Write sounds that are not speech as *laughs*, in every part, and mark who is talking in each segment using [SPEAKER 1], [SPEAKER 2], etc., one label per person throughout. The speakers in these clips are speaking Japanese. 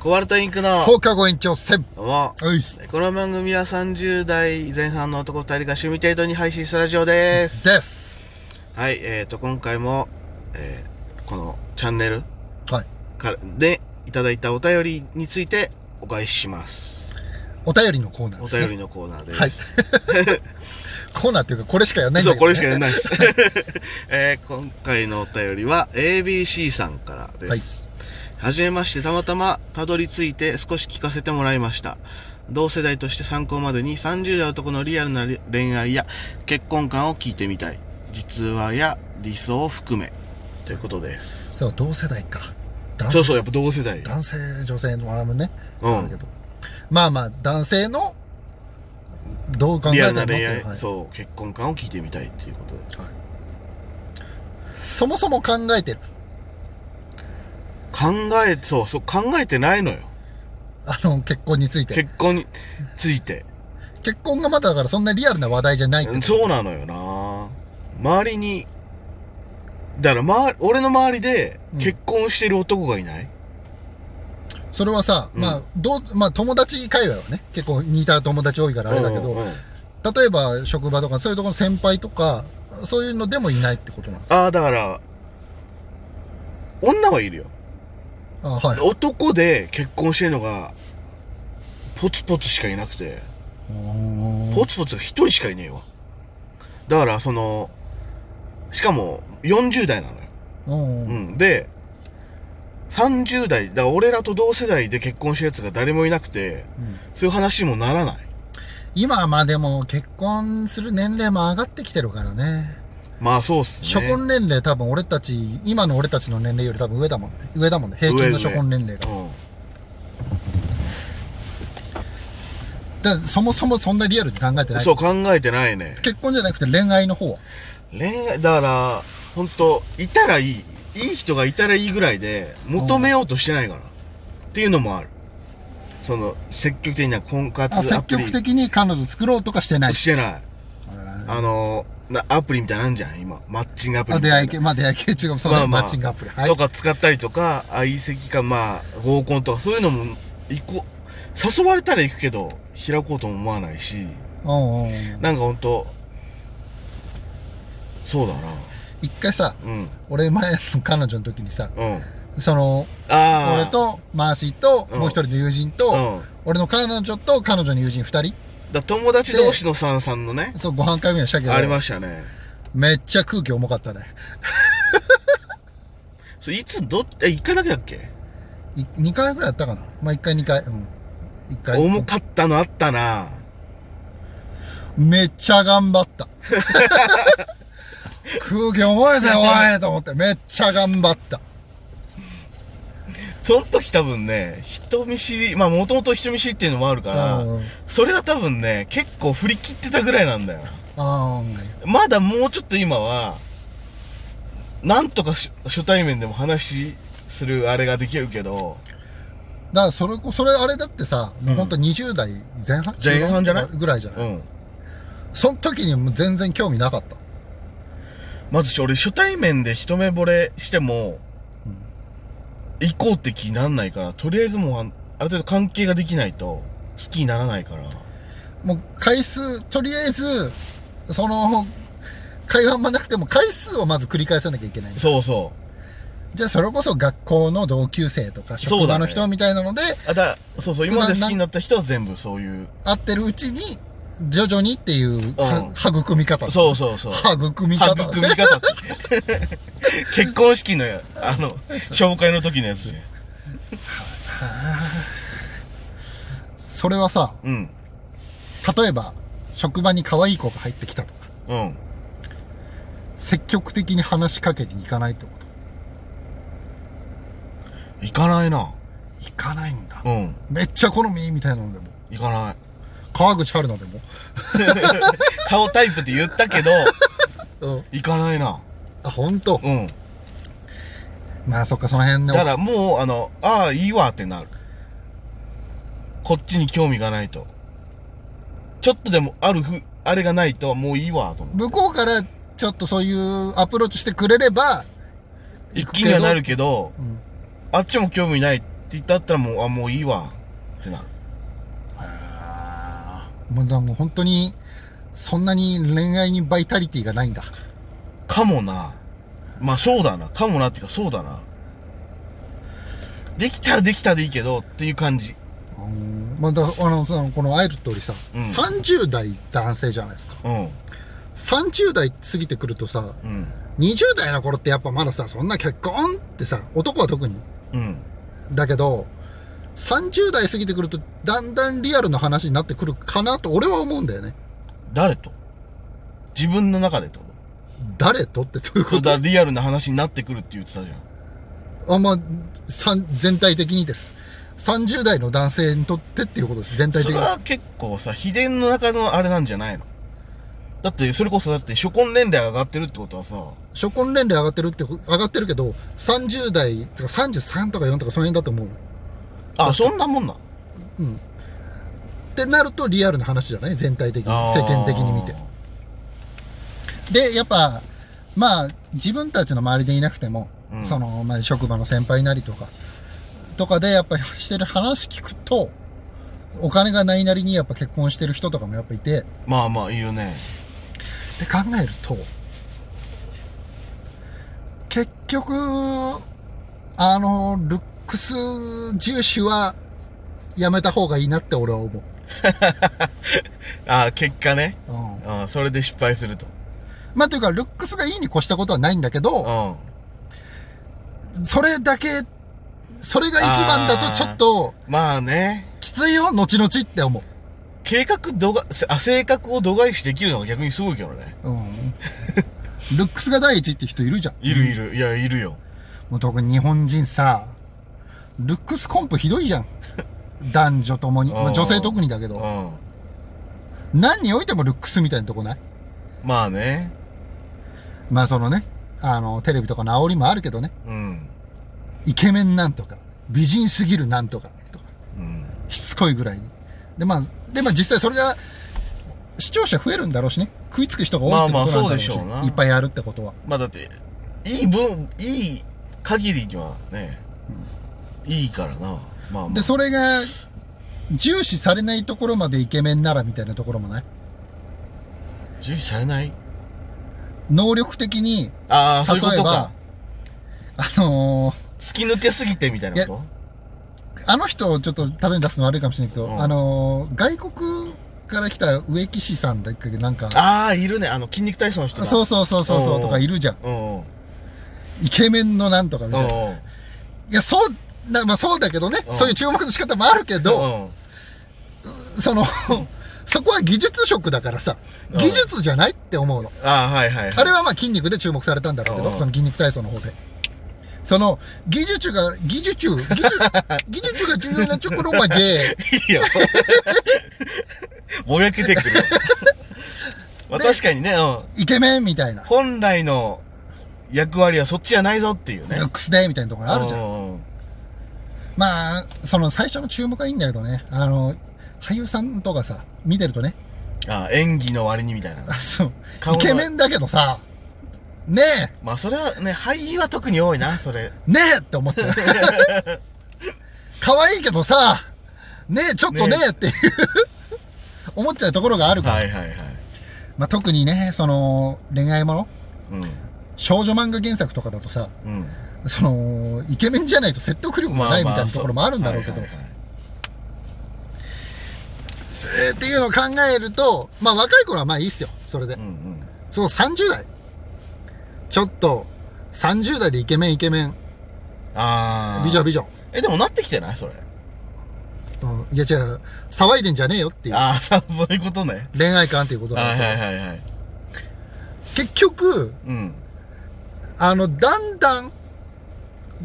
[SPEAKER 1] コバルトインクの、
[SPEAKER 2] 放課後延長戦。
[SPEAKER 1] どうも、
[SPEAKER 2] おいっす。
[SPEAKER 1] この番組は30代前半の男2人が趣味程度に配信したラジオです。
[SPEAKER 2] です。
[SPEAKER 1] はい、えーと、今回も、えーこのチャンネル
[SPEAKER 2] はい。
[SPEAKER 1] からでいただいたお便りについてお返しします。
[SPEAKER 2] お便りのコーナー
[SPEAKER 1] お
[SPEAKER 2] です、ね。
[SPEAKER 1] 便りのコーナーです。
[SPEAKER 2] はい。
[SPEAKER 1] *laughs*
[SPEAKER 2] コーナーっていうか、これしかやらないん
[SPEAKER 1] そ
[SPEAKER 2] だ
[SPEAKER 1] う、
[SPEAKER 2] け
[SPEAKER 1] こ
[SPEAKER 2] ど、ね。
[SPEAKER 1] れしかやんないです。 *laughs* えー今回のお便りは ABC さんからです。はじめまして、たまたまたどり着いて少し聞かせてもらいました。同世代として参考までに30代男のリアルな恋愛や結婚観を聞いてみたい。実話や理想を含め。ということです。
[SPEAKER 2] そう、同世代か。男
[SPEAKER 1] そうそう、やっぱ同世代。
[SPEAKER 2] 男性、女性のあれもね。
[SPEAKER 1] うん
[SPEAKER 2] あるけど。まあまあ、男性の、どう考え
[SPEAKER 1] リア
[SPEAKER 2] た
[SPEAKER 1] ル
[SPEAKER 2] の
[SPEAKER 1] な
[SPEAKER 2] って
[SPEAKER 1] 恋
[SPEAKER 2] い
[SPEAKER 1] 愛
[SPEAKER 2] う、はい
[SPEAKER 1] そう、結婚観を聞いてみたいっていうことで。
[SPEAKER 2] そもそも考えてる。
[SPEAKER 1] 考え、そうそう、考えてないのよ。
[SPEAKER 2] あの、結婚について。
[SPEAKER 1] 結婚について。
[SPEAKER 2] 結婚がまだだからそんなリアルな話題じゃないってこと
[SPEAKER 1] そうなのよな周りに、だから、ま、俺の周りで
[SPEAKER 2] うん
[SPEAKER 1] 結婚してる男がいない、
[SPEAKER 2] それはさ、
[SPEAKER 1] うん
[SPEAKER 2] まあ、どう、まあ友達界隈はね、結構似た友達多いからあれだけど、
[SPEAKER 1] うんうんうん
[SPEAKER 2] 例えば職場とかそういうところの先輩とかそういうのでもいないってことなの
[SPEAKER 1] ああ、だから、女はいるよ。
[SPEAKER 2] あはい
[SPEAKER 1] 男で結婚してるのが、ポツポツしかいなくて、ポツポツが一人しかいねえわ。だから、その、しかも、40代なのよ。
[SPEAKER 2] うん
[SPEAKER 1] うん。で、30代、だから俺らと同世代で結婚してるやつが誰もいなくて、
[SPEAKER 2] うん
[SPEAKER 1] そういう話にもならない。
[SPEAKER 2] 今はまあでも結婚する年齢も上がってきてるからね
[SPEAKER 1] まあそうっすね。
[SPEAKER 2] 初婚年齢多分俺たち今の俺たちの年齢より多分上だもんね上だもんね平均の初婚年齢が
[SPEAKER 1] うん。
[SPEAKER 2] でそもそもそんなリアルに考えてない
[SPEAKER 1] そう考えてないね。
[SPEAKER 2] 結婚じゃなくて恋愛の方は
[SPEAKER 1] 恋愛、だから、ほんと、いたらいい。いい人がいたらいいぐらいで、求めようとしてないから。っていうのもある。その、積極的な婚
[SPEAKER 2] あ
[SPEAKER 1] 活ア
[SPEAKER 2] 積
[SPEAKER 1] プリ
[SPEAKER 2] 極的に彼女作ろうとかしてない
[SPEAKER 1] してない。
[SPEAKER 2] あ
[SPEAKER 1] あの、なアプリみたいなんじゃん、今。マッチングアプリ
[SPEAKER 2] あ
[SPEAKER 1] みた
[SPEAKER 2] 出
[SPEAKER 1] いな。
[SPEAKER 2] 会い系まあ出会い系違うそうだね
[SPEAKER 1] まあまあ
[SPEAKER 2] マッチングアプリはい
[SPEAKER 1] とか使ったりとか、相席か、まあ、合コンとか、そういうのも、行こう。誘われたら行くけど、開こうとも思わないし、
[SPEAKER 2] うんうんうん
[SPEAKER 1] なんかほんと、そうだな。
[SPEAKER 2] 一回さ
[SPEAKER 1] うん。
[SPEAKER 2] 俺前の彼女の時にさ
[SPEAKER 1] うん。
[SPEAKER 2] その
[SPEAKER 1] ああ。
[SPEAKER 2] 俺、とマーシーと
[SPEAKER 1] うん
[SPEAKER 2] もう一人の友人と、
[SPEAKER 1] うん。
[SPEAKER 2] 俺の彼女と彼女の友人二人
[SPEAKER 1] だ友達同士のさんさんのね、
[SPEAKER 2] そうご飯会みたいなのしたけど
[SPEAKER 1] ありましたね。
[SPEAKER 2] めっちゃ空気重かったね
[SPEAKER 1] それいつ、ど、え、一回だけだっけ
[SPEAKER 2] い二回ぐらいやったかなまあ一回二回うん一回
[SPEAKER 1] 重かったのあったな
[SPEAKER 2] めっちゃ頑張った
[SPEAKER 1] *laughs*
[SPEAKER 2] 空気重いぜおいと思ってめっちゃ頑張った
[SPEAKER 1] その時多分ね、人見知り、まあもともと人見知りっていうのもあるから、
[SPEAKER 2] うん
[SPEAKER 1] それが多分ね、結構振り切ってたぐらいなんだよ。
[SPEAKER 2] あ
[SPEAKER 1] まだもうちょっと今は、なんとかし初対面でも話するあれができるけど、
[SPEAKER 2] ーだからそれこそれあれだってさ、もうほんと20代前半
[SPEAKER 1] 前半じゃない
[SPEAKER 2] ぐらいじゃな
[SPEAKER 1] う
[SPEAKER 2] い、
[SPEAKER 1] ん。
[SPEAKER 2] その時にもう全然興味なかった
[SPEAKER 1] まずし俺初対面で一目惚れしても、
[SPEAKER 2] うん
[SPEAKER 1] 行こうって気にならないから、とりあえずもうあんある程度関係ができないと、好きにならないから。
[SPEAKER 2] もう回数、とりあえず、その、会話もなくても回数をまず繰り返さなきゃいけない。
[SPEAKER 1] そうそ
[SPEAKER 2] じゃあそれこそ学校の同級生とか、
[SPEAKER 1] そ
[SPEAKER 2] 職
[SPEAKER 1] うだ
[SPEAKER 2] 場
[SPEAKER 1] ね
[SPEAKER 2] の人みたいなので、
[SPEAKER 1] う。あ、だ、そうそう、今まで好きになった人は全部そういう。
[SPEAKER 2] 会ってるうちに、徐々にっていう、は育み方。
[SPEAKER 1] そうそうそう。
[SPEAKER 2] 育み方。
[SPEAKER 1] 育み方って。結婚式のや、あの、紹介の時のやつじゃん。
[SPEAKER 2] *laughs* それはさ、
[SPEAKER 1] うん。
[SPEAKER 2] 例えば、職場に可愛い子が入ってきたとか、
[SPEAKER 1] うん。
[SPEAKER 2] 積極的に話しかけに行かないってこ
[SPEAKER 1] 行かないな。
[SPEAKER 2] と。行かないんだ。
[SPEAKER 1] うん。
[SPEAKER 2] めっちゃ好みみたいなのでも、
[SPEAKER 1] 行かない。
[SPEAKER 2] 川口春奈でも、
[SPEAKER 1] 顔タイプって言ったけど、
[SPEAKER 2] うん、
[SPEAKER 1] 行かないな。
[SPEAKER 2] あ、ほんと。
[SPEAKER 1] うん。
[SPEAKER 2] まあそっか、その辺ね
[SPEAKER 1] だからもう、あの、ああ、いいわってなる。こっちに興味がないと。ちょっとでも、あるふ、あれがないと、もういいわと思う。
[SPEAKER 2] 向こうからちょっとそういうアプローチしてくれれば、
[SPEAKER 1] 一気にはなるけど、
[SPEAKER 2] うん、
[SPEAKER 1] あっちも興味ない言ったったらもう、あ、もういいわ。ってなる。
[SPEAKER 2] あーもうじゃあもう本当に、そんなに恋愛にバイタリティがないんだ。
[SPEAKER 1] かもな。まあそうだな。かもなっていうかそうだな。できたらできたでいいけどっていう感じ。
[SPEAKER 2] うんまあ、だあの、その、このアイルって俺さ、
[SPEAKER 1] うん
[SPEAKER 2] 30代男性じゃないですか。
[SPEAKER 1] うん。
[SPEAKER 2] 30代過ぎてくるとさ、
[SPEAKER 1] うん。
[SPEAKER 2] 20代の頃ってやっぱまださ、そんな結婚ってさ、男は特に。
[SPEAKER 1] うん。
[SPEAKER 2] だけど、30代過ぎてくると、だんだんリアルな話になってくるかなと俺は思うんだよね。
[SPEAKER 1] 誰と自分の中でってこと
[SPEAKER 2] 誰とってどういう
[SPEAKER 1] そ
[SPEAKER 2] こ
[SPEAKER 1] うだ、
[SPEAKER 2] と
[SPEAKER 1] リアルな話になってくるって言ってたじゃん。
[SPEAKER 2] あ、まあ、さん全体的にです。30代の男性にとってっていうことです。全体
[SPEAKER 1] そ
[SPEAKER 2] 的
[SPEAKER 1] れ
[SPEAKER 2] に。
[SPEAKER 1] は結構さ、秘伝の中のあれなんじゃないのだって、それこそだって、初婚年齢上がってるってことはさ、
[SPEAKER 2] 初婚年齢上がってるって、上がってるけど、30代、とか33とか4とかその辺だと思う。
[SPEAKER 1] あ、そんなもんな。
[SPEAKER 2] ってなるとリアルな話じゃない全体的に。世間的に見て。で、やっぱ、まあ、自分たちの周りでいなくても、
[SPEAKER 1] うん
[SPEAKER 2] その、まあ、職場の先輩なりとか、とかで、やっぱりしてる話聞くと、お金がないなりにやっぱ結婚してる人とかもやっぱいて、
[SPEAKER 1] まあまあ、いるね。
[SPEAKER 2] って考えると、結局、あの、ルックス重視はやめた方がいいなって俺は思う。
[SPEAKER 1] あ結果ね。
[SPEAKER 2] うん、
[SPEAKER 1] あそれで失敗すると。
[SPEAKER 2] まあ、というか、ルックスがいいに越したことはないんだけど、
[SPEAKER 1] うん。
[SPEAKER 2] それだけ、それが一番だとちょっと、
[SPEAKER 1] まあね。
[SPEAKER 2] きついよ、後々って思
[SPEAKER 1] 計画度が、せあ、性格を度外視できるのが逆にすごいけどね。*laughs*
[SPEAKER 2] う。うん。ルックスが第一って人いるじゃん。
[SPEAKER 1] いるいる。いや、いるよ。
[SPEAKER 2] もう特に日本人さ、ルックスコンプひどい
[SPEAKER 1] *laughs*
[SPEAKER 2] じゃん。男女ともに。ま
[SPEAKER 1] う
[SPEAKER 2] あ、
[SPEAKER 1] ん
[SPEAKER 2] 女性特にだけ
[SPEAKER 1] う
[SPEAKER 2] ど。
[SPEAKER 1] ん。
[SPEAKER 2] 何においてもルックスみたいなとこない
[SPEAKER 1] まあね。
[SPEAKER 2] まあそのね、あの、テレビとかの煽りもあるけどね。
[SPEAKER 1] うん。
[SPEAKER 2] イケメンなんとか、美人すぎるなんとか、とか
[SPEAKER 1] うん。
[SPEAKER 2] しつこいぐらいに。で、まあ、で、まあ実際それが、視聴者増えるんだろうしね。食いつく人が多いってことなんだろうし、
[SPEAKER 1] まあまあそうでしょうない
[SPEAKER 2] っぱいやるってことは。
[SPEAKER 1] まあだって、いい分、いい限りにはね、いいからな。まあま
[SPEAKER 2] で、
[SPEAKER 1] あ。
[SPEAKER 2] それが、重視されないところまでイケメンならみたいなところもない。
[SPEAKER 1] 重視されない
[SPEAKER 2] 能力的に、
[SPEAKER 1] ああ、そういうこ
[SPEAKER 2] 例え
[SPEAKER 1] とか
[SPEAKER 2] ば。、あの
[SPEAKER 1] 突き抜けすぎてみたいなこ
[SPEAKER 2] ーあの人をちょっと例に出すの悪いかもしれないけど、
[SPEAKER 1] うん
[SPEAKER 2] あのー外国から来た植木師さんだっけなんか
[SPEAKER 1] と、ああ、いるね。あの、筋肉体操の人だ。
[SPEAKER 2] そうそうそうそうそうとかいるじゃん。
[SPEAKER 1] うん。うん。
[SPEAKER 2] イケメンのなんとかみたいな。い
[SPEAKER 1] うん。
[SPEAKER 2] や、そう、なまあそうだけどね、
[SPEAKER 1] うん
[SPEAKER 2] そういう注目の仕方もあるけど、
[SPEAKER 1] うん
[SPEAKER 2] その、そこは技術職だからさ、
[SPEAKER 1] うん
[SPEAKER 2] 技術じゃないって思うの。
[SPEAKER 1] ああ、はいはいはい。
[SPEAKER 2] あれはまあ筋肉で注目されたんだろうけ
[SPEAKER 1] う
[SPEAKER 2] ど、
[SPEAKER 1] ん
[SPEAKER 2] その筋肉体操の方で。その、技術が、技術、技術、技術が重要なところまで、
[SPEAKER 1] *laughs* いいよ。 *laughs* ぼやけてくる。まあ確かにね、うん。
[SPEAKER 2] イケメンみたいな、
[SPEAKER 1] 本来の役割はそっちじゃないぞっていう
[SPEAKER 2] ル
[SPEAKER 1] ね。
[SPEAKER 2] ックスで、みたいなところあるじゃん。
[SPEAKER 1] ん。
[SPEAKER 2] まあ、その最初の注目はいいんだけどね、あの、俳優さんとかさ、見てるとね、
[SPEAKER 1] ああ、演技の割にみたいな
[SPEAKER 2] あ。そう
[SPEAKER 1] 顔、
[SPEAKER 2] イ
[SPEAKER 1] の
[SPEAKER 2] ケメンだけどさ、ね
[SPEAKER 1] まあそれはね、俳優は特に多いな、それ。
[SPEAKER 2] え、ねえって思
[SPEAKER 1] *laughs*
[SPEAKER 2] っちゃう。可愛いけどさ、ねえ、ちょっとね
[SPEAKER 1] ね
[SPEAKER 2] えっていう、思っちゃうところがあるから。
[SPEAKER 1] はいはいはい。
[SPEAKER 2] まあ、特にね、その、恋愛もの
[SPEAKER 1] う
[SPEAKER 2] 少女漫画原作とかだとさ、
[SPEAKER 1] ん。うん。
[SPEAKER 2] その、イケメンじゃないと説得力がないみたいなところもあるんだろうけど、
[SPEAKER 1] はいはいはい
[SPEAKER 2] えーっていうのを考えると、まあ若い頃はまあいいっすよ、それで
[SPEAKER 1] うん。うん。
[SPEAKER 2] その30代。ちょっと、30代でイケメンイケメン、
[SPEAKER 1] ああ。
[SPEAKER 2] 美女美女。
[SPEAKER 1] え、でもなってきてないそれ。
[SPEAKER 2] うん、いや違う、騒いでんじゃねえよっていう。
[SPEAKER 1] ああ、そういうことね。
[SPEAKER 2] 恋愛観っていうこと
[SPEAKER 1] は
[SPEAKER 2] なん
[SPEAKER 1] い
[SPEAKER 2] ですよ
[SPEAKER 1] はいはいはい。
[SPEAKER 2] 結局、
[SPEAKER 1] うん。
[SPEAKER 2] あの、だんだん、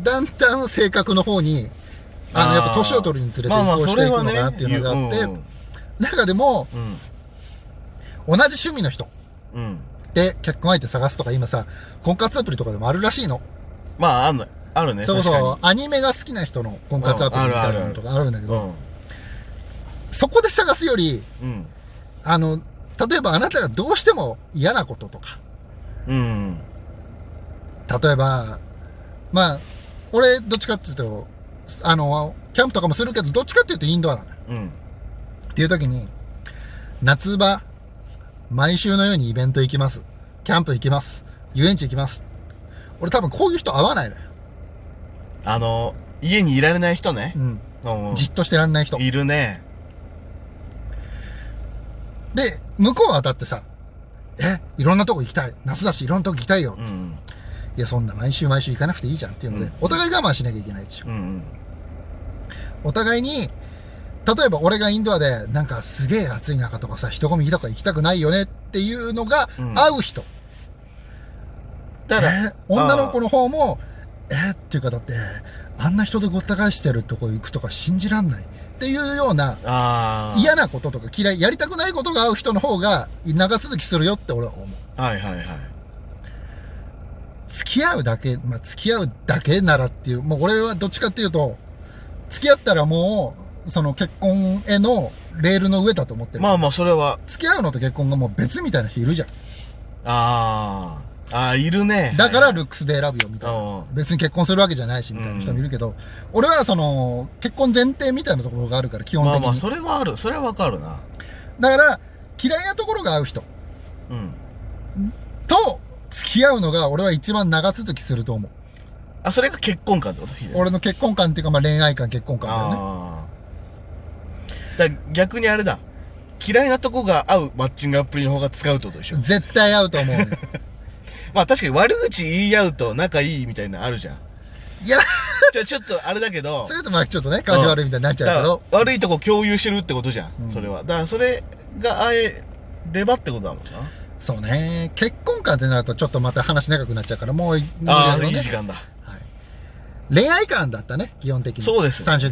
[SPEAKER 2] だんだん性格の方に、あの、やっぱ年を取るにつれて移
[SPEAKER 1] まあまあ
[SPEAKER 2] 行していくの
[SPEAKER 1] そ
[SPEAKER 2] か
[SPEAKER 1] れ
[SPEAKER 2] な
[SPEAKER 1] は
[SPEAKER 2] っ
[SPEAKER 1] ね
[SPEAKER 2] ていうのがあって、
[SPEAKER 1] うん
[SPEAKER 2] 中でも、
[SPEAKER 1] うん。
[SPEAKER 2] 同じ趣味の人
[SPEAKER 1] うん。うん
[SPEAKER 2] で結婚相手探すとか今さ、婚活アプリとかでもあるらしいの。
[SPEAKER 1] まあ、あるの、あるね。
[SPEAKER 2] そう
[SPEAKER 1] 確か
[SPEAKER 2] そう、アニメが好きな人の婚活アプリみたいなのとかあるんだけ
[SPEAKER 1] に
[SPEAKER 2] ど、そこで探すより、
[SPEAKER 1] うん。
[SPEAKER 2] あの、例えばあなたがどうしても嫌なこととか、
[SPEAKER 1] うん。うん。
[SPEAKER 2] 例えば、まあ、俺、どっちかっていうと、あの、キャンプとかもするけど、どっちかっていうとインドアなのよ。
[SPEAKER 1] うん。
[SPEAKER 2] っていう時に、夏場、毎週のようにイベント行きます。キャンプ行きます。遊園地行きます。俺多分こういう人合わないのよ。
[SPEAKER 1] あの、家にいられない人ね
[SPEAKER 2] う。ん。
[SPEAKER 1] うん
[SPEAKER 2] じっとしてらんない人。
[SPEAKER 1] いるね。
[SPEAKER 2] で、向こうはだってさ、え、いろんなとこ行きたい。夏だし、いろんなとこ行きたいよ。
[SPEAKER 1] うん。
[SPEAKER 2] いや、そんな毎週毎週行かなくていいじゃんっていうので、
[SPEAKER 1] うん
[SPEAKER 2] お互い我慢しなきゃいけないでしょ。
[SPEAKER 1] うん。
[SPEAKER 2] お互いに、例えば俺がインドアで、なんかすげえ暑い中とかさ、人混みとか行きたくないよねっていうのが
[SPEAKER 1] うん
[SPEAKER 2] 合う人。
[SPEAKER 1] た
[SPEAKER 2] えー女の子の方も、えーっていうかだって、あんな人でごった返してるとこ行くとか信じらんないっていうような
[SPEAKER 1] ああ。
[SPEAKER 2] 嫌なこととか嫌い、やりたくないことが合う人の方が長続きするよって俺は思う。
[SPEAKER 1] はいはいはい。
[SPEAKER 2] 付き合うだけ、まあ、付き合うだけならっていう、もう俺はどっちかっていうと、付き合ったらもう、その結婚へのレールの上だと思ってる。
[SPEAKER 1] まあまあ、それは、
[SPEAKER 2] 付き合うのと結婚がもう別みたいな人いるじゃん。
[SPEAKER 1] ああ。ああ、いるね。
[SPEAKER 2] だから
[SPEAKER 1] はい
[SPEAKER 2] ルックスで選ぶよみた
[SPEAKER 1] う
[SPEAKER 2] い
[SPEAKER 1] ん
[SPEAKER 2] な。別に結婚するわけじゃないしみたいな人もいるけど、俺はその、結婚前提みたいなところがあるから、基本
[SPEAKER 1] まあ
[SPEAKER 2] 的に。
[SPEAKER 1] まあ、それはある。それはわかるな。
[SPEAKER 2] だから、嫌いなところが合う人
[SPEAKER 1] うん。
[SPEAKER 2] と付き合うのが俺は一番長続きすると思う。
[SPEAKER 1] あ、それが結婚観ってことヒデ
[SPEAKER 2] 俺の結婚観っていうか、まあ恋愛観、結婚観だよね。
[SPEAKER 1] ああ。だから逆にあれだ。嫌いなとこが合うマッチングアプリの方が使うってことでしょ。
[SPEAKER 2] 絶対合うと
[SPEAKER 1] *laughs*
[SPEAKER 2] 思うよ。
[SPEAKER 1] まあ確かに悪口言い合うと仲いいみたいなのあるじゃん。
[SPEAKER 2] いや、
[SPEAKER 1] じゃあちょっとあれだけど
[SPEAKER 2] そ、れとまあちょっとね、感じ悪いみたいになっち
[SPEAKER 1] だ
[SPEAKER 2] ゃうけ
[SPEAKER 1] か
[SPEAKER 2] ど、
[SPEAKER 1] ら悪いとこ共有してるってことじゃん。
[SPEAKER 2] うん
[SPEAKER 1] それは。だからそれが合えればってことだもんな。
[SPEAKER 2] そうね、結婚観ってなるとちょっとまた話長くなっちゃうから、もうい、
[SPEAKER 1] ああ、
[SPEAKER 2] 無
[SPEAKER 1] いい
[SPEAKER 2] 理だろうね
[SPEAKER 1] 時間だ。
[SPEAKER 2] はい。恋愛観だったね、基本的に。
[SPEAKER 1] そうです
[SPEAKER 2] 30